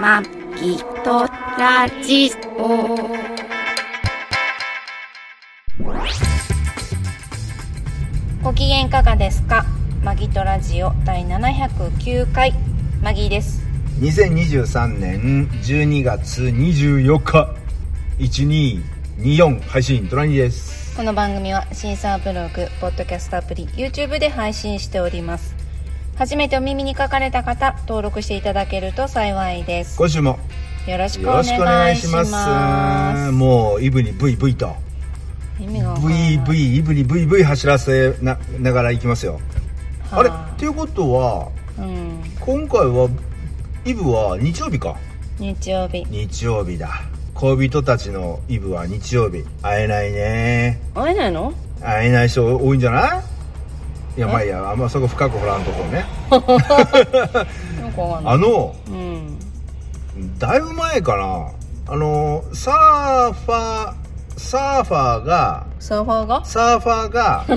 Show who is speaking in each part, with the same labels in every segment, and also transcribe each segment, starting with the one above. Speaker 1: まきとラジオ。ご機嫌いかがですか。マギトラジオ第709回マギーです。
Speaker 2: 2023年12月24日1224配信ドラニーです
Speaker 1: この番組はシーサーブログ、ポッドキャストアプリ、YouTube で配信しております。初めてお耳に書かかれた方、登録していただけると幸いです。
Speaker 2: 今週も
Speaker 1: よろしく
Speaker 2: よ
Speaker 1: お
Speaker 2: ろしくお願
Speaker 1: 願い
Speaker 2: いし
Speaker 1: し
Speaker 2: ま
Speaker 1: ますす。
Speaker 2: もうイブに VV と
Speaker 1: 意味がわからない
Speaker 2: VV イブに VV 走らせなながら行きますよあれ
Speaker 1: は
Speaker 2: っていうことは
Speaker 1: あうん、
Speaker 2: 今回はイブは日曜日か
Speaker 1: 日曜日
Speaker 2: 日曜日だ恋人たちのイブは日曜日会えないね
Speaker 1: 会えないの
Speaker 2: 会えない人多いんじゃないいやまあいいやあんまそこ深く掘らんとこね
Speaker 1: なんかわかんない
Speaker 2: あの
Speaker 1: うん
Speaker 2: だいぶ前かなあのサーファーサーファーが
Speaker 1: サーファーが
Speaker 2: サーファーが ウ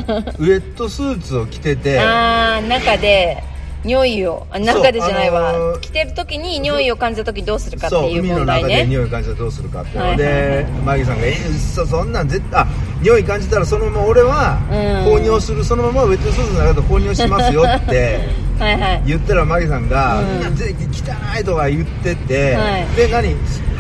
Speaker 2: ェットスーツを着てて
Speaker 1: あー中で匂いをあ中でじゃないわ、
Speaker 2: そうあのー
Speaker 1: 着てる時に匂いを感じた時どうするかって
Speaker 2: そう
Speaker 1: いう
Speaker 2: 海の
Speaker 1: 問題
Speaker 2: 中で
Speaker 1: ね
Speaker 2: 匂い感じたらどうするかって、
Speaker 1: はいはいはい
Speaker 2: でマギさんが「えそそんなん絶対あ匂い感じたらそのまま俺は
Speaker 1: うん
Speaker 2: 購入する、そのままウェットスーツの中で購入しますよ」って
Speaker 1: はいはい
Speaker 2: 言ったらマギさんが「
Speaker 1: うん
Speaker 2: みんなぜ汚い」とか言ってて、
Speaker 1: はい
Speaker 2: で何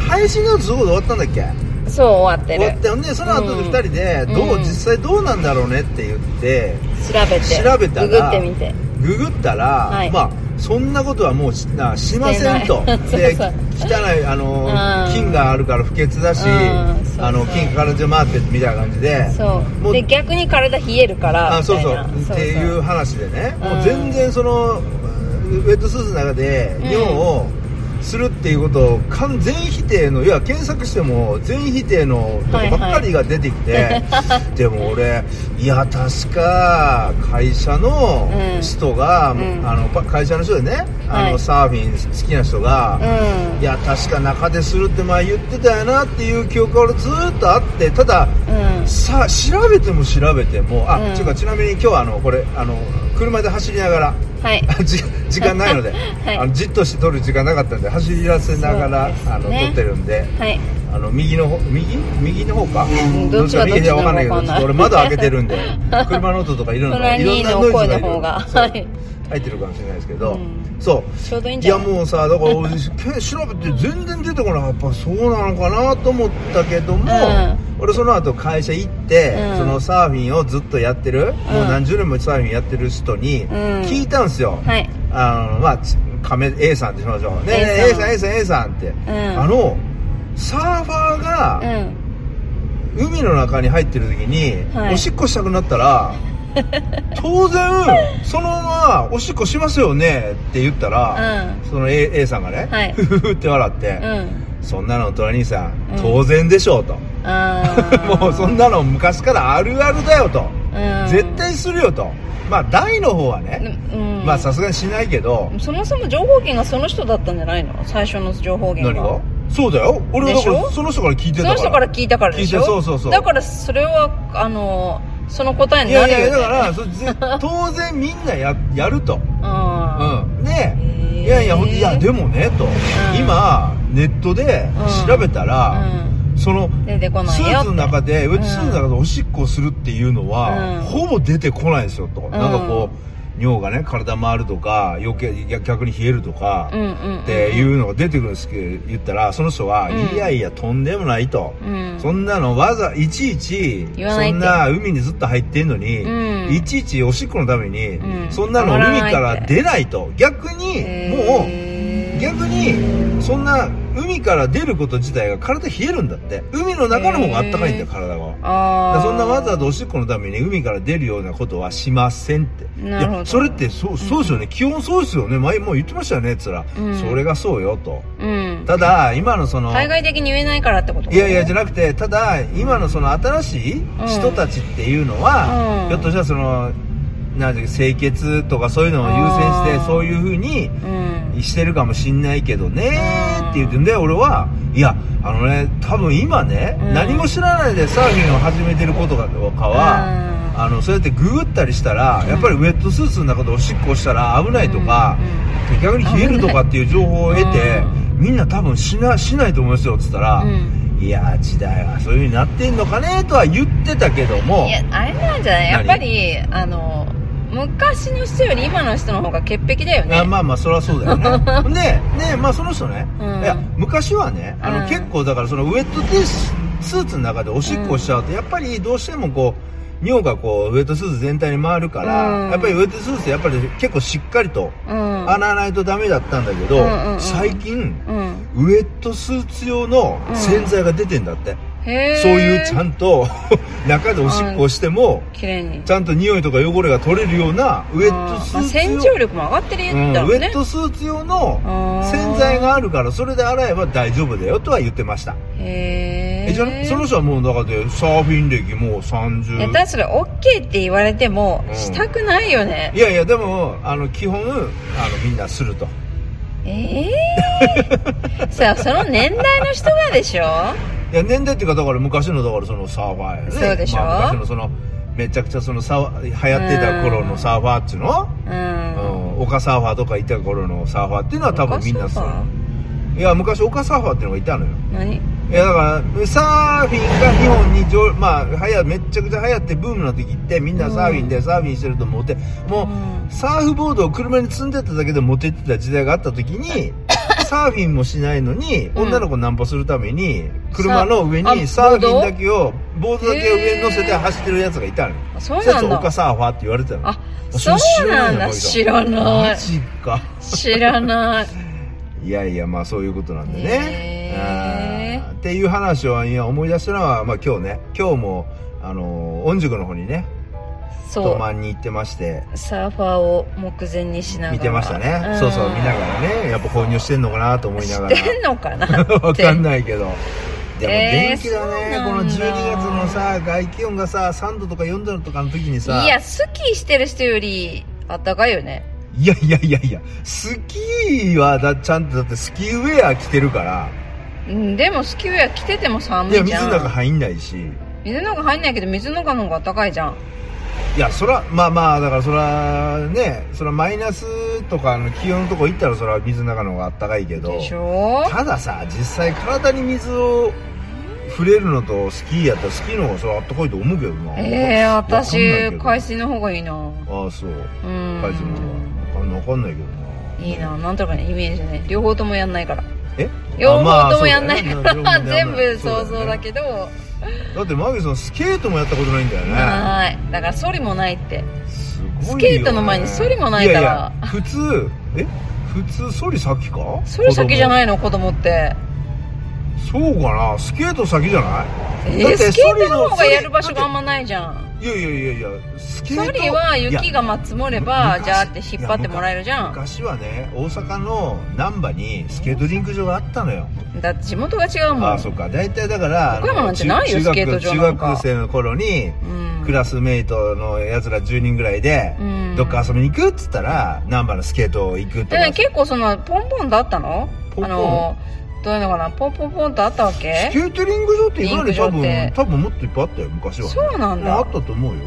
Speaker 2: 配信のズボで終わったんだっけ
Speaker 1: そう終わって
Speaker 2: 終
Speaker 1: る
Speaker 2: わったよねその後で2人で
Speaker 1: うん
Speaker 2: どう、
Speaker 1: うん
Speaker 2: 実際どうなんだろうねって言って
Speaker 1: 調べて
Speaker 2: 調べたら
Speaker 1: ググってみて
Speaker 2: ググったら、
Speaker 1: はい
Speaker 2: まあそんなことはもうしなしませんと
Speaker 1: してない
Speaker 2: で
Speaker 1: そう
Speaker 2: 汚いあの、
Speaker 1: うん
Speaker 2: 菌があるから不潔だし、
Speaker 1: うんそうそう
Speaker 2: あの菌からじゃ回ってみたいな感じで
Speaker 1: そ
Speaker 2: も
Speaker 1: う
Speaker 2: う
Speaker 1: で逆に体冷えるから
Speaker 2: あ
Speaker 1: み
Speaker 2: そう
Speaker 1: たい
Speaker 2: そう
Speaker 1: な
Speaker 2: っていう話でね、
Speaker 1: うん
Speaker 2: もう全然そのウェットスーツの中で
Speaker 1: うん
Speaker 2: 尿をするっていうことを完全否定のいや検索しても全否定のとこばっかりが出てきて、 でも俺いや確か会社の
Speaker 1: うん
Speaker 2: 人が、
Speaker 1: うん
Speaker 2: あのパ会社の人でねあの、
Speaker 1: はい
Speaker 2: サーフィン好きな人が、
Speaker 1: うん
Speaker 2: いや確か中でするって前言ってたよなっていう記憶が俺ずーっとあってただ
Speaker 1: うん
Speaker 2: さあ調べても調べてもあ、
Speaker 1: うん
Speaker 2: ちゅうかちなみに今日はあのこれあの車で走りながら
Speaker 1: はい
Speaker 2: あじ時間ないので、
Speaker 1: はい
Speaker 2: あのじっとして撮る時間なかったんで走らせながら、
Speaker 1: そうですね
Speaker 2: あの撮ってるんで
Speaker 1: はい
Speaker 2: あの右の方右右の方か、
Speaker 1: んどっちが
Speaker 2: どっちか右で分かんないけ
Speaker 1: どっ
Speaker 2: ど
Speaker 1: ち
Speaker 2: ち
Speaker 1: な
Speaker 2: ょ
Speaker 1: のか分
Speaker 2: っと俺
Speaker 1: かん
Speaker 2: 窓
Speaker 1: ない
Speaker 2: 開けてるんで 車の音とかいろんな
Speaker 1: トラ
Speaker 2: い
Speaker 1: ニ
Speaker 2: ろん
Speaker 1: ー
Speaker 2: な
Speaker 1: の
Speaker 2: ノイズが
Speaker 1: 声
Speaker 2: い
Speaker 1: の
Speaker 2: る
Speaker 1: 方が
Speaker 2: そう
Speaker 1: はい
Speaker 2: 入ってるかもしれないですけど、
Speaker 1: うん
Speaker 2: そう
Speaker 1: ちょうどいいん
Speaker 2: い
Speaker 1: じゃ
Speaker 2: や
Speaker 1: ない
Speaker 2: もうさだ から俺け調べて全然出てこないやっぱそうなのかなと思ったけども、
Speaker 1: うん
Speaker 2: 俺その後会社行って、
Speaker 1: うん
Speaker 2: そのサーフィンをずっとやってる、もう何十年もサーフィンやってる人に聞いたんですよ、
Speaker 1: はい
Speaker 2: あのまあち亀 A さんってしましょうねえ
Speaker 1: A
Speaker 2: A
Speaker 1: さ
Speaker 2: さ
Speaker 1: ん
Speaker 2: ん A さん A さんって、
Speaker 1: ん
Speaker 2: あのサーファーが、
Speaker 1: うん
Speaker 2: 海の中に入ってる時に、
Speaker 1: はい
Speaker 2: おしっこしたくなった ら当然そのままおしっこしますよねって言ったら、
Speaker 1: う
Speaker 2: その A, A さんがね、
Speaker 1: はい
Speaker 2: ふふふって笑って、
Speaker 1: んうん
Speaker 2: そんなのトラ兄さん、
Speaker 1: うん
Speaker 2: 当然でしょうと
Speaker 1: あ
Speaker 2: もうそん
Speaker 1: な、
Speaker 2: なの昔からあるあるだよと、
Speaker 1: うん
Speaker 2: 絶対するよとまあ大の方はね、
Speaker 1: うん、
Speaker 2: まあさすがにしないけど、
Speaker 1: そもそも情報源がその人だったんじゃないの最初の情報源
Speaker 2: 何
Speaker 1: が
Speaker 2: がそうだよ俺はだ
Speaker 1: で
Speaker 2: か
Speaker 1: しょ
Speaker 2: らその人から聞いて
Speaker 1: そ
Speaker 2: たか
Speaker 1: の
Speaker 2: ら
Speaker 1: 人から聞いたからでしょ
Speaker 2: 聞いてそうそうそう
Speaker 1: だからそれはあのその答え
Speaker 2: い
Speaker 1: にな
Speaker 2: や
Speaker 1: るよ、ね、
Speaker 2: いやだからそれぜ当然みんなややると
Speaker 1: うん
Speaker 2: うん、で、
Speaker 1: へー
Speaker 2: いやいや、ほんいや、でもね、と、
Speaker 1: ん
Speaker 2: 今、ネットで
Speaker 1: うん
Speaker 2: 調べたら、その、
Speaker 1: うん、出てこない
Speaker 2: ス
Speaker 1: よ
Speaker 2: ーツの中で、ウェットスーツの
Speaker 1: で、
Speaker 2: 中でおしっこをするっていうのは、
Speaker 1: うん
Speaker 2: ほぼ出てこないですよ、と。なんかこう、尿がね、体回るとか、余計、いや逆に冷えるとか、
Speaker 1: うんうんうん、、
Speaker 2: っていううのが出てくるんですけど、言ったら、その人は、
Speaker 1: うん
Speaker 2: いやいや、とんでもないと。
Speaker 1: うん、
Speaker 2: そんなのわざいちいち
Speaker 1: 言わない
Speaker 2: そ
Speaker 1: って
Speaker 2: んな海にずっと入ってんのに、
Speaker 1: うん
Speaker 2: いちいちおしっこのために、
Speaker 1: うん
Speaker 2: そんなの
Speaker 1: たまらない
Speaker 2: 海から出ないと逆にも
Speaker 1: へ
Speaker 2: う
Speaker 1: ー
Speaker 2: 逆にそんな海から出ること自体が体冷えるんだって海の中の方があったかいんだよ
Speaker 1: へー
Speaker 2: 体が。
Speaker 1: あ
Speaker 2: だから
Speaker 1: ー
Speaker 2: そんなわざわざおしっこのために海から出るようなことはしませんって
Speaker 1: なるほど
Speaker 2: いやそれってそうそうですよね、基本そうですよね前もう言ってましたよねっつったら、
Speaker 1: うん
Speaker 2: それがそうよと
Speaker 1: うん
Speaker 2: ただ今のその
Speaker 1: 対外的に言えないからってこと
Speaker 2: いやいやじ
Speaker 1: ゃ
Speaker 2: ゃなくてただ今のその新しい人たちっていうのは、
Speaker 1: うん
Speaker 2: ひょっとしたらそのなんていうか清潔とかそういうのを優先し
Speaker 1: あー
Speaker 2: てそういうふうに
Speaker 1: うん
Speaker 2: してるかもしんないけどね
Speaker 1: うん
Speaker 2: ーって言ってんで俺はいやあのね多分今ね、
Speaker 1: うん
Speaker 2: 何も知らないでサーフィンを始めてることかは、
Speaker 1: は
Speaker 2: あのそうやってググったりしたら、やっぱりウェットスーツの中でおしっこしたら危ないとか、逆に冷えるとかっていう情報を得て、
Speaker 1: う
Speaker 2: みんな多分しなしないと思いますよっつったら、
Speaker 1: うん
Speaker 2: いやー時代はそういう風になってんのかねとは言ってたけども
Speaker 1: いやあれなんじゃないやっ
Speaker 2: 何
Speaker 1: ぱりあの昔の人より今の人の方が潔癖だよね
Speaker 2: あまあまあそりゃそうだよ ねででまあその人ね、
Speaker 1: うん
Speaker 2: いや昔はねあの、
Speaker 1: うん
Speaker 2: 結構だからそのウェットティーススーツの中でおしっこをしちゃうと、やっぱりどうしてもこう尿がこうウェットスーツ全体に回るから、
Speaker 1: うん
Speaker 2: やっぱりウェットスーツってやっぱり結構しっかりと
Speaker 1: うん
Speaker 2: 洗わないとダメだったんだけど、
Speaker 1: うんうんうん
Speaker 2: 最近
Speaker 1: うん
Speaker 2: ウェットスーツ用の洗剤が出てんだって、
Speaker 1: へえ
Speaker 2: そういうちゃんと 中でおしっこをしても、
Speaker 1: 綺麗に
Speaker 2: ちゃんと匂いとか汚れが取れるようなウェットス
Speaker 1: あ
Speaker 2: ー
Speaker 1: ー
Speaker 2: ツ用
Speaker 1: 洗浄力も上がってる
Speaker 2: うんウ
Speaker 1: だろう
Speaker 2: ェ
Speaker 1: ね
Speaker 2: ットスーツ用の
Speaker 1: あー
Speaker 2: 洗剤があるからそれで洗えば大丈夫だよとは言ってました、
Speaker 1: へ
Speaker 2: えじゃあその人はもう中でサーフィン歴もう30
Speaker 1: いや確かに OK って言われても
Speaker 2: うん
Speaker 1: したくないよね
Speaker 2: いやいやでもあの基本あのみんなすると
Speaker 1: ええ さあその年代の人がでしょ
Speaker 2: いや年代っていうかだから昔のだからそのサーファーやね
Speaker 1: そうでしょ
Speaker 2: まあ、昔のそのめちゃくちゃそのサー流行ってた頃のサーファーっていうの、
Speaker 1: う
Speaker 2: うんん、丘サーファーとかいた頃のサーファーっていうのは多分みんなする
Speaker 1: 丘サーフ
Speaker 2: いや昔丘サーファーっていうのがいたのよ
Speaker 1: 何
Speaker 2: いやだからサーフィンが日本に上、まあ、はやめっちゃくちゃ流行ってブームの時ってみんなサーフィンでサーフィンしてると思ってもう、
Speaker 1: うん
Speaker 2: サーフボードを車に積んでっただけでモテてた時代があった時にサーフィンもしないのに、
Speaker 1: ん
Speaker 2: 女の子ナンパするために車の上
Speaker 1: あ
Speaker 2: にサーフィ
Speaker 1: ボー
Speaker 2: ン
Speaker 1: ド
Speaker 2: だけをボードだけを上に乗せて走ってるやつがいたの
Speaker 1: そう
Speaker 2: そいつ
Speaker 1: な
Speaker 2: を
Speaker 1: ん
Speaker 2: 丘
Speaker 1: だ
Speaker 2: サーファーって言われてたの
Speaker 1: あそうなんだ知らな
Speaker 2: マ
Speaker 1: い
Speaker 2: ジか
Speaker 1: 知ら ない
Speaker 2: いやいやまあそういうことなんでね、
Speaker 1: へー
Speaker 2: あーっていう話を今思い出したのは、まあ、今日ね今日もあのー御宿の方にね
Speaker 1: そ
Speaker 2: 泊
Speaker 1: う
Speaker 2: まんに行ってまして
Speaker 1: サーファーを目前にしながら
Speaker 2: 見てましたね、
Speaker 1: ん
Speaker 2: そうそう見ながらねやっぱ購入してんのかなと思いなが
Speaker 1: して
Speaker 2: ら
Speaker 1: んの かなって
Speaker 2: わかんないけどでも
Speaker 1: えー
Speaker 2: 元気だね、
Speaker 1: そう
Speaker 2: こ
Speaker 1: な
Speaker 2: の
Speaker 1: んだ
Speaker 2: 12月のさ外気温がさ3度とか4度とかの時にさ
Speaker 1: いやスキーしてる人よりあったかいよね
Speaker 2: いやいやいやいやスキーはだちゃんとだってスキーウェア着てるから
Speaker 1: うんでもスキーウェア着てても寒
Speaker 2: いや
Speaker 1: いじ
Speaker 2: 水
Speaker 1: ゃん
Speaker 2: の中入んないし
Speaker 1: 水の中入んないけど水の中の方があったかいじゃん
Speaker 2: いやそらまあまあだからそらねそらマイナスとかの気温のとこ行ったらそら水の中の方があったかいけど
Speaker 1: でしょ
Speaker 2: たださ実際体に水を触れるのとスキーやったらスキーの方がそれあったかいと思うけどな
Speaker 1: ええー、
Speaker 2: わかんないけ
Speaker 1: 私
Speaker 2: ど
Speaker 1: 海水の方がいいな
Speaker 2: ああそう
Speaker 1: うん
Speaker 2: 海水の方がわかんないけどない
Speaker 1: いななんとかねイメージね両方ともやんないから
Speaker 2: え
Speaker 1: 両
Speaker 2: あまあ
Speaker 1: 方ともやんないから、
Speaker 2: そうだよね
Speaker 1: 全部
Speaker 2: そうだよ
Speaker 1: 想
Speaker 2: ね
Speaker 1: 像だけど
Speaker 2: だってマギさんスケートもやったことないんだよね
Speaker 1: はーいだからソリもないって
Speaker 2: すごいよね
Speaker 1: スケートの前にソリもないから
Speaker 2: いやいや普通え普通ソリ先か
Speaker 1: ソリ先じゃ
Speaker 2: い
Speaker 1: ないの子供って
Speaker 2: そうかなスケート先じゃない
Speaker 1: え
Speaker 2: だっ
Speaker 1: ー、ス
Speaker 2: て
Speaker 1: ケートの方
Speaker 2: ソ
Speaker 1: が
Speaker 2: リの
Speaker 1: やる場所があんまないじゃん
Speaker 2: いやいやいやいやスケート
Speaker 1: ソリはい
Speaker 2: や
Speaker 1: 雪がまあ積もれば
Speaker 2: 昔
Speaker 1: じゃあって引っ張ってもらえるじゃん
Speaker 2: 昔はね大阪の難波にスケートリンク場があったのよ
Speaker 1: だって地元が違うもん
Speaker 2: ああそっか大体だからあの
Speaker 1: 岡山なんてないよ
Speaker 2: 中
Speaker 1: スケート場
Speaker 2: 中
Speaker 1: なん
Speaker 2: 学
Speaker 1: か
Speaker 2: 中学生の頃に
Speaker 1: うん
Speaker 2: クラスメイトのやつら10人ぐらいで
Speaker 1: うん
Speaker 2: どっか遊びに行くっつったら難波のスケート行くと
Speaker 1: で
Speaker 2: か
Speaker 1: ね結構そのポンポンとあったの
Speaker 2: ポンポン
Speaker 1: あのどういうのかなポンポンポンとあったわ
Speaker 2: ス
Speaker 1: け
Speaker 2: ケートリング場って今よ
Speaker 1: リ
Speaker 2: り多
Speaker 1: ンク場っ
Speaker 2: 分
Speaker 1: て
Speaker 2: 多分もっといっぱいあったよ昔はね
Speaker 1: そうなん
Speaker 2: まあ
Speaker 1: だ
Speaker 2: あったと思うよ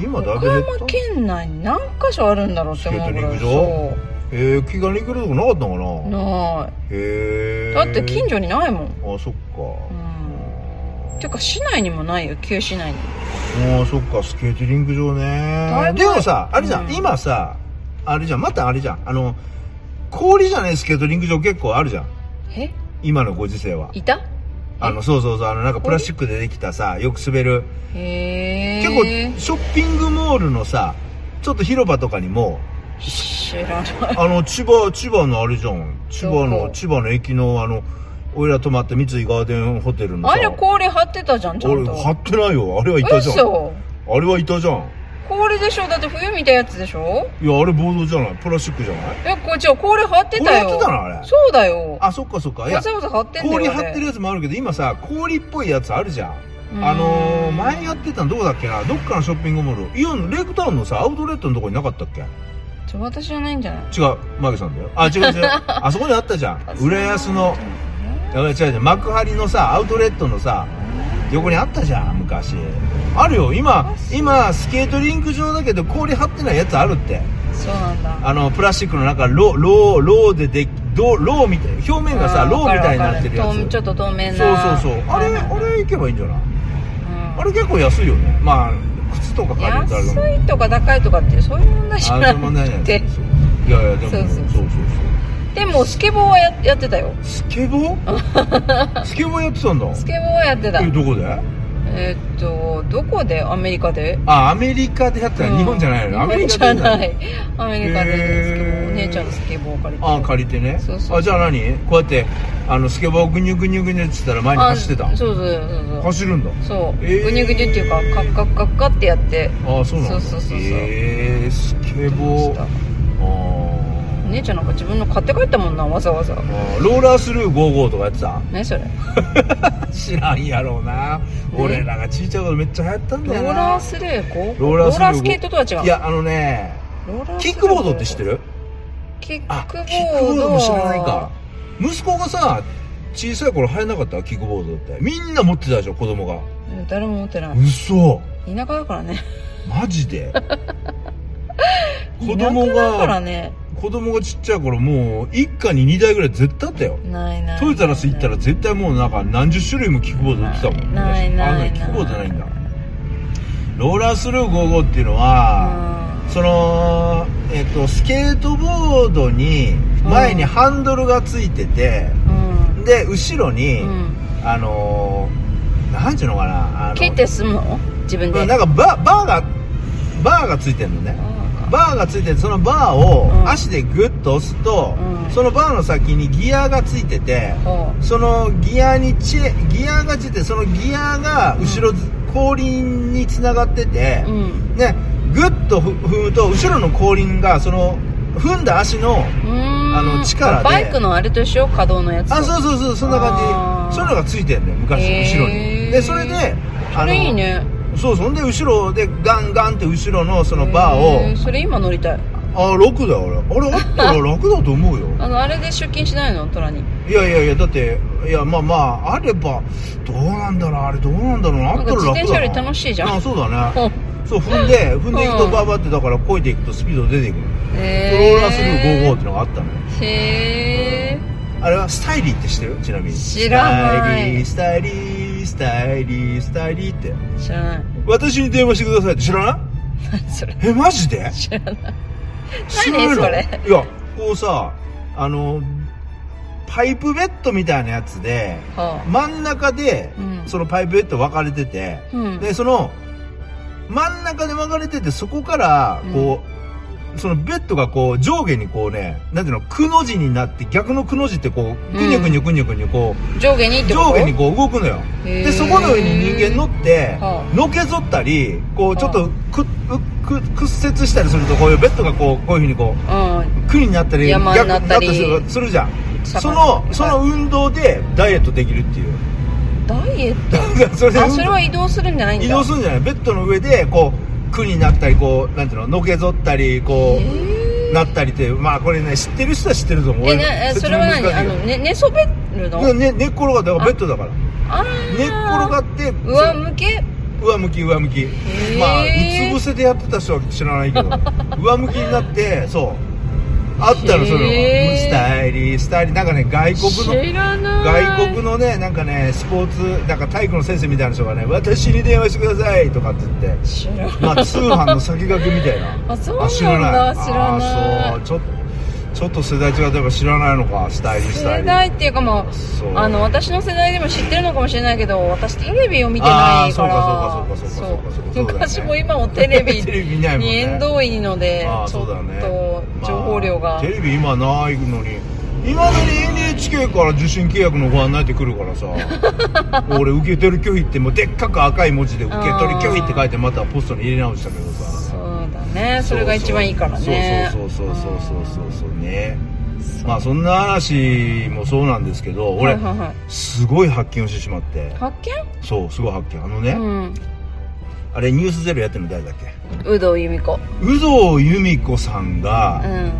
Speaker 2: 今だいぶ
Speaker 1: 岡
Speaker 2: 減っ
Speaker 1: 山
Speaker 2: た
Speaker 1: 県内に何箇所あるんだろうって思うぐらい
Speaker 2: スケートえー、気軽に行くとこなかったのか
Speaker 1: そう
Speaker 2: な
Speaker 1: な
Speaker 2: へ
Speaker 1: い
Speaker 2: え
Speaker 1: だって近所にないもん
Speaker 2: あそっか
Speaker 1: うんていうか市内にもないよ旧市内に
Speaker 2: もうそっかスケートリング場ね
Speaker 1: いぶ
Speaker 2: でもさあれじゃん、
Speaker 1: うん
Speaker 2: 今さあれじゃんまたあれじゃんあの氷じゃないスケートリング場結構あるじゃん
Speaker 1: え
Speaker 2: 今のご時世はい
Speaker 1: た
Speaker 2: あのそうそうそうあのなんかプラスチックでできたさよく滑る
Speaker 1: へ
Speaker 2: 結構
Speaker 1: え
Speaker 2: ショッピングモールのさちょっと広場とかに も
Speaker 1: 知らない
Speaker 2: あの千葉千葉のあれじゃん千葉
Speaker 1: ど
Speaker 2: の
Speaker 1: こ
Speaker 2: 千葉の駅のあの俺ら泊まった三井ガーデンホテルのさ
Speaker 1: あれ氷張ってたじゃんちゃん
Speaker 2: 俺
Speaker 1: と
Speaker 2: 貼ってないよあれはいたじゃん
Speaker 1: 嘘
Speaker 2: あれはいたじゃん
Speaker 1: 氷でしょだって冬みたいなやつでしょ
Speaker 2: いやあれボードじゃないプラスチックじゃない
Speaker 1: えこっちは氷張ってたよ
Speaker 2: 氷張ってたのあれ
Speaker 1: そうだよ
Speaker 2: あそっかそっかいや
Speaker 1: わざわざ張ってんだよ
Speaker 2: 氷
Speaker 1: あれ
Speaker 2: 張ってるやつもあるけど今さ氷っぽいやつあるじゃん
Speaker 1: うん
Speaker 2: あのー前やってたのどこだっけなどっかのショッピングモールイオンレイクタウンのさアウトレットのとこになかったっけ違
Speaker 1: ちょ私じゃないんじゃないう
Speaker 2: マギさんだよあ違う違う あそこにあったじゃん浦安のいや違う違う幕張のさアウトレットのさ横にあったじゃん昔あるよ今今スケートリンク場だけど氷張ってないやつあるって
Speaker 1: そうなんだ
Speaker 2: あのプラスチックの中ロウロウロウででどロウみたい表面がさ
Speaker 1: あー
Speaker 2: ロウみ
Speaker 1: わか
Speaker 2: たいに
Speaker 1: わか
Speaker 2: なってるやつ
Speaker 1: とんちょっと透明
Speaker 2: そう
Speaker 1: な
Speaker 2: そうそうあれあれいけばいいんじゃない
Speaker 1: うん
Speaker 2: あれ結構安いよねまあ靴とか借りたらでも
Speaker 1: 安いとか高いとかってそういう問題じゃな
Speaker 2: あれもね
Speaker 1: くて
Speaker 2: いやいやでも
Speaker 1: そうそう
Speaker 2: そうそうそう
Speaker 1: でもスケボーはややってたよ
Speaker 2: スケボー スケボーやってたんだ
Speaker 1: スケボーはやってた
Speaker 2: えどこで
Speaker 1: えーっとどこでアメリカで
Speaker 2: あアメリカでやったら日本じゃないの、
Speaker 1: うん
Speaker 2: アメ
Speaker 1: 日
Speaker 2: リ
Speaker 1: 本
Speaker 2: カ
Speaker 1: じ
Speaker 2: でや
Speaker 1: ゃ
Speaker 2: ったの
Speaker 1: ないアメリカでスケボ
Speaker 2: へ
Speaker 1: ー
Speaker 2: ー
Speaker 1: お姉ちゃんのスケボーを借りて
Speaker 2: あ借りてね
Speaker 1: そうそうそう
Speaker 2: あじゃあ何こうやってあのスケボーをグニュグニュグニュってったら前に走ってた
Speaker 1: あそうそうそうそう
Speaker 2: 走るんだ
Speaker 1: そう、
Speaker 2: えー
Speaker 1: ぐにゅぐにゅっていうかカッカッカッカってやって
Speaker 2: あそうなんだ
Speaker 1: そうそうそうそう
Speaker 2: えー、スケボーあ
Speaker 1: お
Speaker 2: ー
Speaker 1: 姉ちゃんなんか自分の買って帰ったもんなわざわざ
Speaker 2: あーローラースルー55とかやってた
Speaker 1: 何それ
Speaker 2: 知らんやろうな俺らがちいちゃい頃めっちゃ流行ったん
Speaker 1: ロ
Speaker 2: だよな
Speaker 1: ーラースレーゴ
Speaker 2: ローラースルーゴ
Speaker 1: スケートとは違う
Speaker 2: いやあのね
Speaker 1: ローラース
Speaker 2: キ
Speaker 1: レ
Speaker 2: ックボードって知ってる
Speaker 1: キッ
Speaker 2: あ
Speaker 1: クボードは
Speaker 2: キックボードも知らないか息子がさ小さい頃流行んなかったキックボードってみんな持ってたでしょ子供が
Speaker 1: うん誰も持ってない
Speaker 2: 嘘
Speaker 1: 田舎だからね
Speaker 2: マ ジで子
Speaker 1: 田舎
Speaker 2: 供
Speaker 1: だから
Speaker 2: が、
Speaker 1: ね
Speaker 2: 子供がちっちゃい頃もう一家に2台ぐらい絶対あったよ
Speaker 1: ないない
Speaker 2: トヨタラス行ったら絶対もうなんか何十種類もキックボード売ってたもん
Speaker 1: ないないない
Speaker 2: あキックボードないんだローラースルー55っていうのは、そのえっとスケートボードに前にハンドルがついてて、
Speaker 1: うん
Speaker 2: で後ろに、
Speaker 1: うん、うん、
Speaker 2: あのー、なんていうのかなあの
Speaker 1: 蹴ってすんの自分で
Speaker 2: なんかババーがバーがついてるのねバーがついててそのバーを
Speaker 1: うん
Speaker 2: 足でグッと押すと、
Speaker 1: うん
Speaker 2: そのバーの先にギアがついてて、
Speaker 1: ほ
Speaker 2: そのギアにチェギアがついてそのギアが後ろ、後輪につながってて
Speaker 1: う、うん
Speaker 2: ねグッとふ踏むと後ろの後輪がその踏んだ足の
Speaker 1: うーん
Speaker 2: あの力で
Speaker 1: バイクのあれと一緒可動のやつ
Speaker 2: あそううそうそうそんな
Speaker 1: あ
Speaker 2: 感
Speaker 1: ー
Speaker 2: じそういうのがついてんだよ昔、
Speaker 1: へー
Speaker 2: 後ろにでそれで
Speaker 1: それいいね
Speaker 2: そうそんで後ろでガンガンって後ろのそのバー
Speaker 1: へ
Speaker 2: を
Speaker 1: それ今乗りたい
Speaker 2: ああ楽だよ俺あれあったら楽だと 思うよ
Speaker 1: あのあれで出勤しないのトラに
Speaker 2: いやいやいやだっていやまあまああればどうなんだろうあれどうなんだろうなあ
Speaker 1: な
Speaker 2: っ
Speaker 1: ん
Speaker 2: た
Speaker 1: から自
Speaker 2: 楽だ
Speaker 1: 転車より楽しいじゃ
Speaker 2: あ
Speaker 1: ん
Speaker 2: そうだね
Speaker 1: うん
Speaker 2: そう踏んで踏んでいく
Speaker 1: う
Speaker 2: と
Speaker 1: ん
Speaker 2: バーバーってだから漕いでいくとスピード出ていくの
Speaker 1: へ
Speaker 2: ローラースルー55ってのがあったのよ
Speaker 1: ーへ
Speaker 2: あれはスタイリーって知ってるちなみに
Speaker 1: 知らない
Speaker 2: スタイリースタイリースタイリースタイリーって
Speaker 1: ー知らない
Speaker 2: 私に電話してくださいって知らない
Speaker 1: 何それ
Speaker 2: えマジで
Speaker 1: 知らない
Speaker 2: 知らない
Speaker 1: 何
Speaker 2: の
Speaker 1: それ
Speaker 2: いやこうさあのパイプベッドみたいなやつで
Speaker 1: は
Speaker 2: 真ん中で、
Speaker 1: うん
Speaker 2: そのパイプベッド分かれてて
Speaker 1: あうん
Speaker 2: でその真ん中で分かれててそこからこう、そのベッドがこう上下にこうねなんていうのくの字になって逆のくの字ってこうぐにゅぐにゅぐにゅぐにゅこう、
Speaker 1: 上下にってこ
Speaker 2: 上
Speaker 1: と
Speaker 2: 下にこう動くのよでそこの上に人間乗って
Speaker 1: はあ
Speaker 2: のけぞったりこうちょっ
Speaker 1: は
Speaker 2: とくくく屈折したりするとこういうベッドがこうこういうふうにこう
Speaker 1: うん
Speaker 2: 苦になったり
Speaker 1: 山になったり
Speaker 2: 逆になったりするじゃん
Speaker 1: 坂
Speaker 2: その
Speaker 1: はい
Speaker 2: その運動でダイエットできるっていう
Speaker 1: ダイエッ
Speaker 2: だからそれで
Speaker 1: トあそれは移動するんじゃないんだ
Speaker 2: 移動するんじゃないベッドの上でこう苦になったりこうなんていうののけぞったりこ
Speaker 1: へ
Speaker 2: うなったりっていうまあこれね知ってる人は知ってると思う
Speaker 1: え
Speaker 2: 俺
Speaker 1: なえ
Speaker 2: 説
Speaker 1: そ
Speaker 2: 明
Speaker 1: れは何
Speaker 2: 難
Speaker 1: あ
Speaker 2: しいけど
Speaker 1: の、ね、寝そべるの、
Speaker 2: ね、寝っ転がってだからベッドだから
Speaker 1: あ
Speaker 2: 寝っ転が
Speaker 1: っ
Speaker 2: って
Speaker 1: 上向け
Speaker 2: 上向き上向き
Speaker 1: ー
Speaker 2: まあうつ伏せでやってた人は知らな いけど上向きになってそうあったのそ
Speaker 1: へ
Speaker 2: れは
Speaker 1: ー
Speaker 2: スタイリースタイリーなんかね外国の
Speaker 1: 知らない
Speaker 2: 外国のねなんかねスポーツなんか体育の先生みたいな人がね「私に電話してください」とかって言って
Speaker 1: 知らない
Speaker 2: まあ通販の先駆けみたいな
Speaker 1: あそうなんだ知ら
Speaker 2: あ
Speaker 1: な
Speaker 2: そう
Speaker 1: い
Speaker 2: ちょっとちょっと世代違うとやっぱ知らないのかスタイリースタイ
Speaker 1: 世
Speaker 2: リー
Speaker 1: 代っていうかもう
Speaker 2: そう
Speaker 1: あの私の世代でも知ってるのかもしれないけど私テレビを見てないから
Speaker 2: あーそうかそうかそうかそうかそうかそうだ
Speaker 1: そう昔
Speaker 2: よね
Speaker 1: も今もテレビ
Speaker 2: テレビ見ないも
Speaker 1: に
Speaker 2: んね
Speaker 1: 縁遠いので
Speaker 2: あー
Speaker 1: ちょ
Speaker 2: そ
Speaker 1: っ
Speaker 2: うだね
Speaker 1: と
Speaker 2: まあ
Speaker 1: 情報量が、
Speaker 2: テレビ今ないのに今まで NHK から受信契約のご案内ってくるからさ 俺受け取り拒否ってもうでっかく赤い文字で受け取り拒否って書いてまたポストに入れ直したけどさ
Speaker 1: そうだねそれが一番いいからね
Speaker 2: そうそうそうそうそうそうそうね
Speaker 1: そう
Speaker 2: まあそんな話もそうなんですけど
Speaker 1: は
Speaker 2: 俺、
Speaker 1: いはいはい
Speaker 2: すごい発見をしてしまって
Speaker 1: 発
Speaker 2: そうすごい発見あのね、
Speaker 1: 見うん
Speaker 2: あれ「ニュースゼロやってるの誰だっけ
Speaker 1: 有働由美子
Speaker 2: 有働由美子さんが
Speaker 1: うん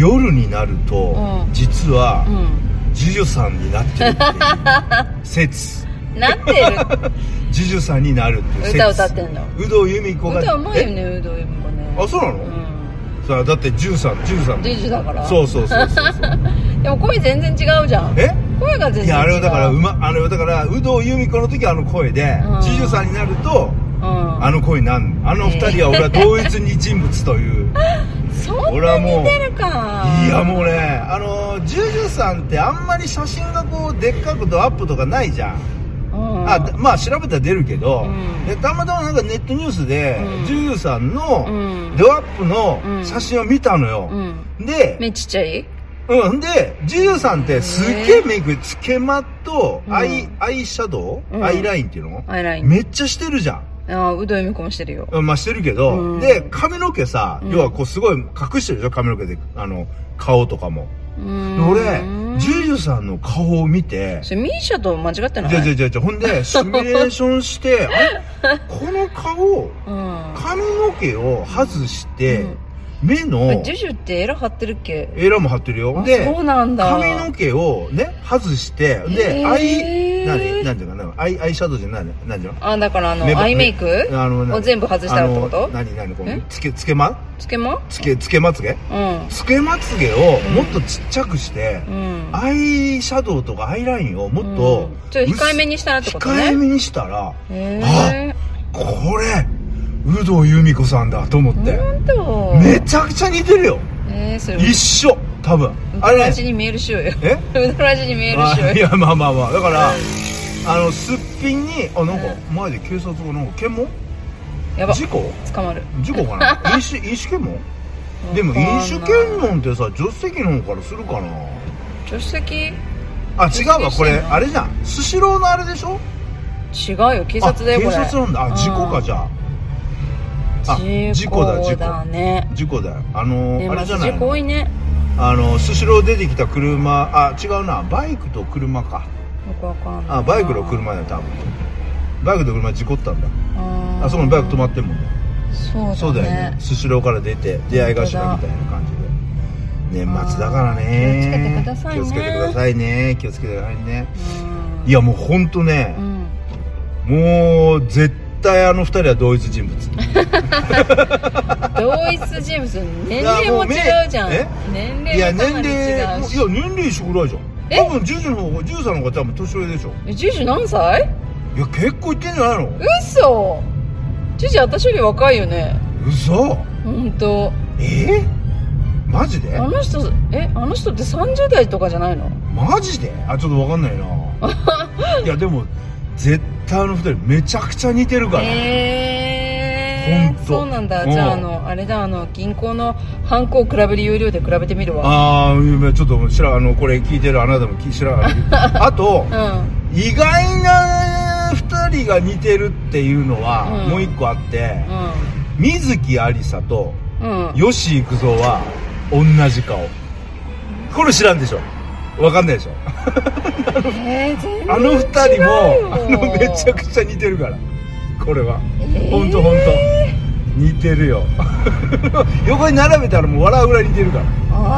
Speaker 2: 夜になると、
Speaker 1: うん
Speaker 2: 実は、
Speaker 1: うん
Speaker 2: ジュジュさんになってるっていう説
Speaker 1: なってる
Speaker 2: ジュジュさんになるっていう説
Speaker 1: 歌歌ってんの
Speaker 2: 有働由美子が
Speaker 1: 歌うまいよ
Speaker 2: え
Speaker 1: ね有働由美子ね
Speaker 2: あそうなの、
Speaker 1: うん
Speaker 2: さあだって1313 13
Speaker 1: ジュジュだから
Speaker 2: そうそうそうそうそう
Speaker 1: でも声全然違うじゃん
Speaker 2: え
Speaker 1: 声が全然違う
Speaker 2: い
Speaker 1: い
Speaker 2: やあれはだからうまあれはだから有働由美子の時あの声で
Speaker 1: うん
Speaker 2: ジュジュさんになると
Speaker 1: うん
Speaker 2: あの声になんのあの二人は俺は同一に人物という
Speaker 1: そん
Speaker 2: 俺
Speaker 1: な
Speaker 2: は
Speaker 1: に
Speaker 2: もう
Speaker 1: 似てるか
Speaker 2: いやもうねあのジュジュさんってあんまり写真がこうでっかくとアップとかないじゃん
Speaker 1: うん
Speaker 2: あだまあ調べたら出るけど、
Speaker 1: うん
Speaker 2: でたまたまなんかネットニュースで、
Speaker 1: うん
Speaker 2: ジュジュさんの
Speaker 1: うん
Speaker 2: ドアップの
Speaker 1: うん
Speaker 2: 写真を見たのよ、
Speaker 1: うん
Speaker 2: で、
Speaker 1: 目ちっちゃい
Speaker 2: うん、でジュジュさんってすっげえメイクつけまとアイ,、
Speaker 1: うん
Speaker 2: アイシャドウ、
Speaker 1: うん
Speaker 2: アイラインっていうの、
Speaker 1: アイライン
Speaker 2: めっちゃしてるじゃん
Speaker 1: ああうどん由美子もしてるよ
Speaker 2: うんまあしてるけど、
Speaker 1: うん
Speaker 2: で髪の毛さ
Speaker 1: うん
Speaker 2: 要はこうすごい隠してるでしょ髪の毛であの顔とかも、
Speaker 1: う
Speaker 2: で
Speaker 1: ん
Speaker 2: 俺ジュジュさんの顔を見て
Speaker 1: それミーシャと間違ってない
Speaker 2: じゃじゃじゃじゃほん でシミュレーションしてあれこの顔
Speaker 1: うん
Speaker 2: 髪の毛を外して、
Speaker 1: うん
Speaker 2: 目の
Speaker 1: ジュジュってエラ張ってるっけ
Speaker 2: エラも貼ってるよ
Speaker 1: あ
Speaker 2: で
Speaker 1: そうなんだ
Speaker 2: 髪の毛をね外してで、
Speaker 1: へー
Speaker 2: アイ何何ていうかなアイアイシャドウじゃない何じゃ
Speaker 1: あだからあの
Speaker 2: 目ば
Speaker 1: アイメイク
Speaker 2: あの
Speaker 1: を全部外したらってこ
Speaker 2: あの
Speaker 1: と
Speaker 2: 何何こ
Speaker 1: え
Speaker 2: のつけつけま
Speaker 1: つけま
Speaker 2: つけつけまつげ
Speaker 1: うん
Speaker 2: つけまつげをもっとちっちゃくして、
Speaker 1: うん
Speaker 2: アイシャドウとかアイラインをもっと、
Speaker 1: うんちょっと控えめにしたらってこと
Speaker 2: 控え
Speaker 1: ね
Speaker 2: めにしたら
Speaker 1: へえ
Speaker 2: これ有働由美子さんだと思って、
Speaker 1: 本当
Speaker 2: めちゃくちゃ似てるよ
Speaker 1: えーそれ
Speaker 2: 一緒多分
Speaker 1: う
Speaker 2: あ
Speaker 1: ど
Speaker 2: れ
Speaker 1: ら
Speaker 2: ね
Speaker 1: じに見えるしようよ
Speaker 2: え
Speaker 1: うどらじに見える
Speaker 2: あ
Speaker 1: しよう
Speaker 2: い
Speaker 1: よ
Speaker 2: やまあまあまあだからあのすっぴんにあなんか前で警察がなんか検問
Speaker 1: やば
Speaker 2: 事故
Speaker 1: 捕まる
Speaker 2: 事故かな飲酒飲酒検問でも
Speaker 1: わかんない
Speaker 2: 飲酒検問ってさ助手席の方からするかな
Speaker 1: 助手席
Speaker 2: あ違うわこ
Speaker 1: 助手席し
Speaker 2: れ
Speaker 1: てんの
Speaker 2: あれじゃんスシローのあれでしょ
Speaker 1: 違うよ警察だよこ
Speaker 2: あ
Speaker 1: れ
Speaker 2: 警察なんだあ事故かじゃああ
Speaker 1: 事
Speaker 2: 事
Speaker 1: 故
Speaker 2: 故
Speaker 1: だ
Speaker 2: だ
Speaker 1: 事
Speaker 2: 事
Speaker 1: 故
Speaker 2: 故
Speaker 1: だね
Speaker 2: 事故だよあの
Speaker 1: ね
Speaker 2: あ
Speaker 1: ま
Speaker 2: れじ
Speaker 1: ず
Speaker 2: ゃな
Speaker 1: 事
Speaker 2: い
Speaker 1: 故多
Speaker 2: の
Speaker 1: いね
Speaker 2: あのスシロー出てきた車あ違うなバイクと車か
Speaker 1: よくわかんない
Speaker 2: あバイクの車だよ多分バイクと車事故ったんだあそこにバイク止まってんもんね
Speaker 1: そう
Speaker 2: そうだよねスシローから出て出会い頭みたいな感じで年末だからね
Speaker 1: あー気
Speaker 2: 気
Speaker 1: を
Speaker 2: を
Speaker 1: つ
Speaker 2: つ
Speaker 1: け
Speaker 2: け
Speaker 1: て
Speaker 2: て
Speaker 1: く
Speaker 2: く
Speaker 1: だ
Speaker 2: ださいね気をつけてくださいねい
Speaker 1: や
Speaker 2: やもうほんとね
Speaker 1: う、ん
Speaker 2: もう絶対あの二人は同一人物
Speaker 1: 同一人物年
Speaker 2: いや
Speaker 1: 齢
Speaker 2: も
Speaker 1: も
Speaker 2: うめ
Speaker 1: 違うじゃん
Speaker 2: え
Speaker 1: 年
Speaker 2: いや
Speaker 1: 齢もかな
Speaker 2: 年齢
Speaker 1: り
Speaker 2: いや
Speaker 1: 違うし
Speaker 2: 年齢一緒ぐらいじゃん
Speaker 1: え
Speaker 2: 多分ジュジュの方がジュジュさんの方が多分年上でしょ
Speaker 1: えジュジュ何歳
Speaker 2: いや結構いってんじゃないの
Speaker 1: 嘘ジュジュ私より若いよね
Speaker 2: 嘘
Speaker 1: 本当。
Speaker 2: えマジで
Speaker 1: あの人えあの人って30代とかじゃないの
Speaker 2: マジであちょっとわか んないないやでも絶対あの二人めちゃくちゃ似てるから、
Speaker 1: え
Speaker 2: ほんと
Speaker 1: そうなんだ
Speaker 2: うん
Speaker 1: じゃああのあれだあの銀行のハンコを比べる有料で比べてみるわ
Speaker 2: ああちょっと知らあのこれ聞いてるあなたも聞知ら なあと
Speaker 1: うん
Speaker 2: 意外な2人が似てるっていうのは、
Speaker 1: うん
Speaker 2: もう一個あって
Speaker 1: う
Speaker 2: 水木有沙と
Speaker 1: んうん
Speaker 2: 吉幾三は同じ顔これ知らんでしょわかんないでしょ
Speaker 1: えー、全然
Speaker 2: あの2人もあ
Speaker 1: 違うよ
Speaker 2: のめちゃくちゃ似てるからこれは
Speaker 1: えー
Speaker 2: ほんとほんと似てるよ 横に並べたらもう笑うぐらい似てるから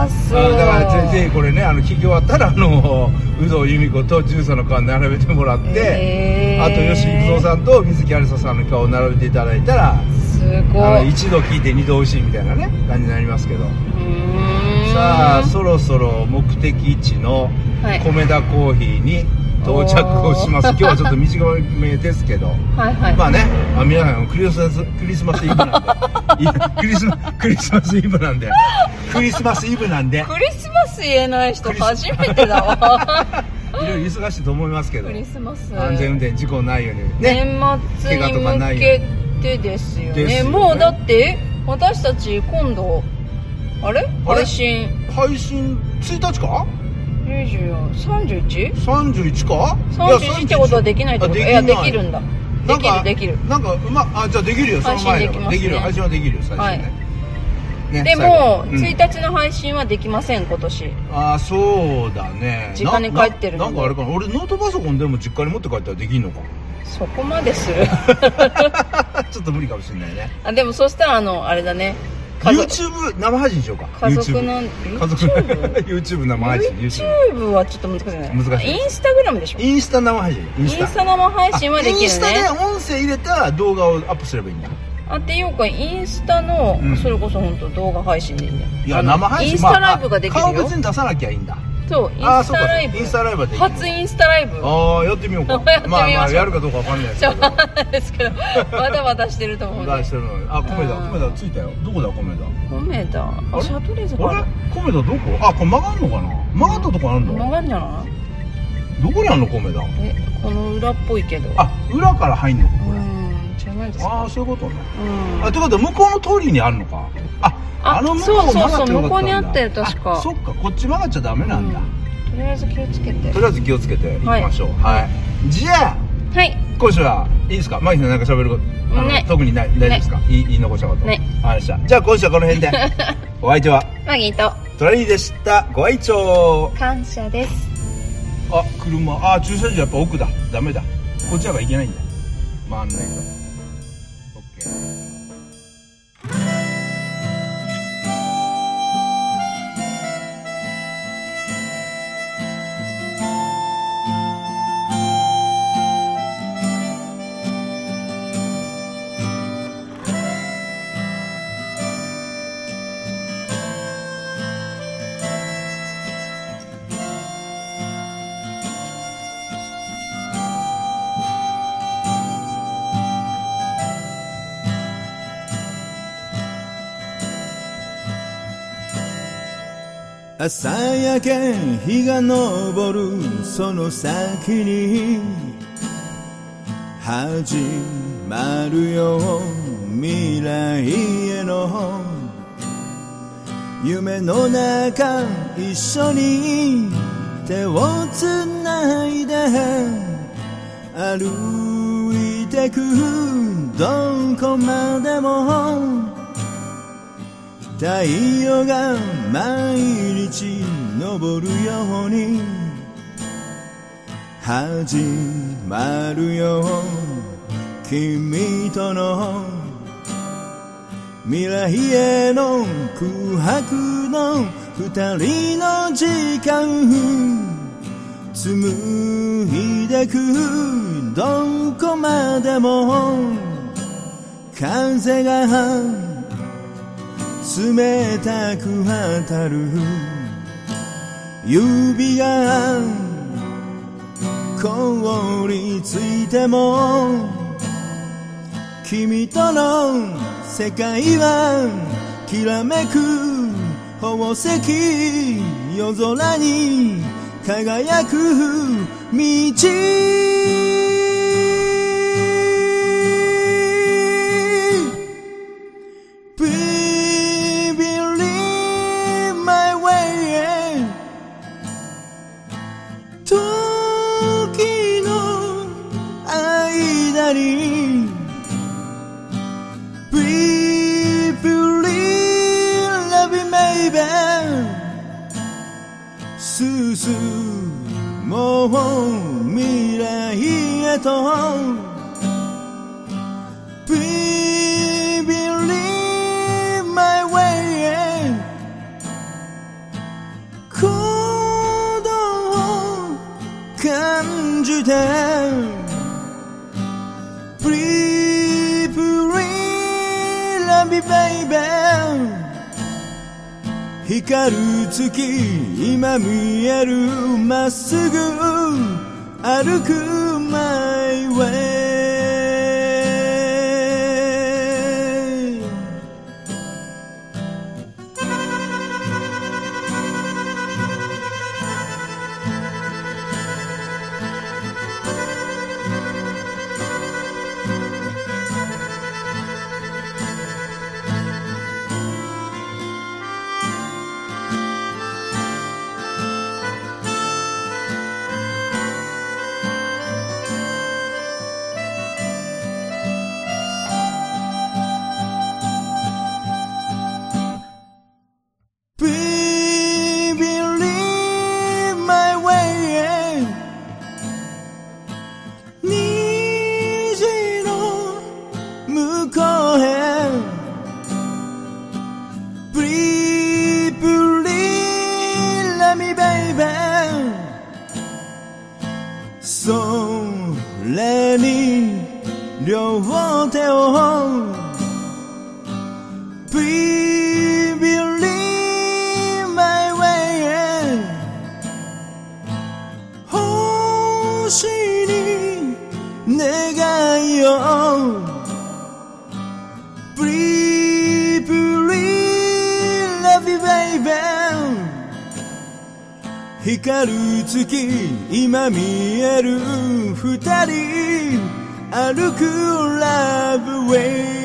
Speaker 1: あそう
Speaker 2: あだからぜぜひこれねあの聞き終わったらあの 有働由美子と十三の顔並べてもらって、
Speaker 1: えー
Speaker 2: あと吉幾三さんと水木有沙さんの顔を並べていただいたら
Speaker 1: すご
Speaker 2: あの
Speaker 1: い
Speaker 2: 一度聞いて二度美味しいみたいなね感じになりますけど
Speaker 1: うーん
Speaker 2: さあそろそろ目的地の
Speaker 1: はい
Speaker 2: 米田コーヒーに到着をします、今日はちょっと短めですけど
Speaker 1: はいはい、
Speaker 2: まあね、あ皆さんクリスマスクリスマスイブな んでいやクリスマクリスマスイブなんでクリスマスイブなんでい
Speaker 1: クリスマス言えない人
Speaker 2: クリス
Speaker 1: 初めてだ わ
Speaker 2: ろいろ忙しいと思いますけど
Speaker 1: クリスマス
Speaker 2: 安全運転事故ないようにね
Speaker 1: 年末に向けてですよね
Speaker 2: ですよね
Speaker 1: もうだって私たち今度あれ
Speaker 2: あれ
Speaker 1: 配信
Speaker 2: 配信1日か
Speaker 1: 2431
Speaker 2: 31かいや
Speaker 1: 31ってことはできないってこと
Speaker 2: あ
Speaker 1: い
Speaker 2: き
Speaker 1: やできるんだで
Speaker 2: なんか
Speaker 1: きるできる
Speaker 2: なんかうまあじゃあできるよその前
Speaker 1: 配信で
Speaker 2: だから
Speaker 1: きますね
Speaker 2: できる配信はできるよ最初ね,、ね
Speaker 1: で
Speaker 2: 最後
Speaker 1: も、
Speaker 2: うん
Speaker 1: 1日の配信はできません今年
Speaker 2: ああそうだね
Speaker 1: 実家に帰ってるの
Speaker 2: な
Speaker 1: に
Speaker 2: ななんかあれかな俺ノートパソコンでも実家に持って帰ったらできんのか
Speaker 1: そこまでする
Speaker 2: ちょっと無理かもしれないね
Speaker 1: あでもそしたらあのあれだね家族
Speaker 2: YouTube 生配信しようか
Speaker 1: 家族の
Speaker 2: YouTube 家族
Speaker 1: YouTube?
Speaker 2: YouTube 生配信 YouTube
Speaker 1: YouTube はちょっと難しいね
Speaker 2: 難しい
Speaker 1: インスタグラムでしょイ
Speaker 2: インスタ生配信イ
Speaker 1: ン
Speaker 2: ン
Speaker 1: ス
Speaker 2: ス
Speaker 1: タ
Speaker 2: タ
Speaker 1: 生配信はできる
Speaker 2: インスタで
Speaker 1: ね
Speaker 2: 音声入れた動画をアップすればいいんだ
Speaker 1: あっていうかインスタの、
Speaker 2: うん
Speaker 1: それこそ本当動画配信でいいんだよ
Speaker 2: いや
Speaker 1: あの
Speaker 2: 生配信
Speaker 1: インスタライブができるよ、
Speaker 2: まあ、顔別に出さなきゃいいんだ
Speaker 1: そうイン
Speaker 2: ああ
Speaker 1: ス
Speaker 2: そう
Speaker 1: タ
Speaker 2: か
Speaker 1: ライブ
Speaker 2: インスタライブはできる
Speaker 1: 初インスタライブ
Speaker 2: ああやってみよう
Speaker 1: や
Speaker 2: か
Speaker 1: ってみましょう
Speaker 2: まあまあやるかどうかわかんないです
Speaker 1: ち
Speaker 2: け
Speaker 1: ょ
Speaker 2: ど
Speaker 1: っとわかんないですけどまだまだしてると思うん
Speaker 2: 出
Speaker 1: で
Speaker 2: してるのにあ米
Speaker 1: う
Speaker 2: 田
Speaker 1: ん
Speaker 2: 米田ついたよどこだ米田
Speaker 1: 米田
Speaker 2: あ
Speaker 1: あ
Speaker 2: れ
Speaker 1: シャトレーゼか
Speaker 2: あれ
Speaker 1: な
Speaker 2: 米田どこあこれ曲がんのかな曲がったとこある
Speaker 1: 曲
Speaker 2: の
Speaker 1: がんじゃない
Speaker 2: どこにあんの米田
Speaker 1: えこの裏っぽいけど
Speaker 2: あ裏から入んのか
Speaker 1: う
Speaker 2: これ、
Speaker 1: んじゃないですか
Speaker 2: ああそういうことね
Speaker 1: うん
Speaker 2: あということは向こうの通りにあるのかあ
Speaker 1: あ
Speaker 2: の向こう曲がってよかった
Speaker 1: そう
Speaker 2: んだ
Speaker 1: そうそう向こうにあったよ確か
Speaker 2: あそっかこっち曲がっちゃダメなんだ、
Speaker 1: うとりあえず気をつけて
Speaker 2: とりあえず気をつけていきましょうはい、じゃあ
Speaker 1: はい
Speaker 2: 今週はいいですかマイキさんなんか喋ることあの
Speaker 1: ね
Speaker 2: 特にない大丈夫ですか、言い言い残したこと
Speaker 1: ね
Speaker 2: あれしたじゃあ今週はこの 辺でお相手は
Speaker 1: マギーと
Speaker 2: トラリーでしたご愛聴
Speaker 1: 感謝です
Speaker 2: あ車あ駐車場やっぱ奥だダメだこっちらがいけないんだ回んないと OK
Speaker 3: 朝焼け日が昇るその先に始まるよ未来への夢の中一緒に手をつないで歩いてくどこまでも太陽が毎日昇るように始まるよ君との未来への空白の二人の時間紡いでくどこまでも風が冷たく当たる指が凍りついても君との世界はきらめく宝石夜空に輝く道「ビビリマイウェイ」「時の間に」「ビビリラビメイベー」「進もう未来へと」ビビリマイウェイ鼓動を感じてビビリラビベイベー光る月今見えるまっすぐ歩くマイウェイビビリマイウェイ虹の向こうへビリビリラミベイベーそれに両手を光る月今見える二人歩くラブウェイ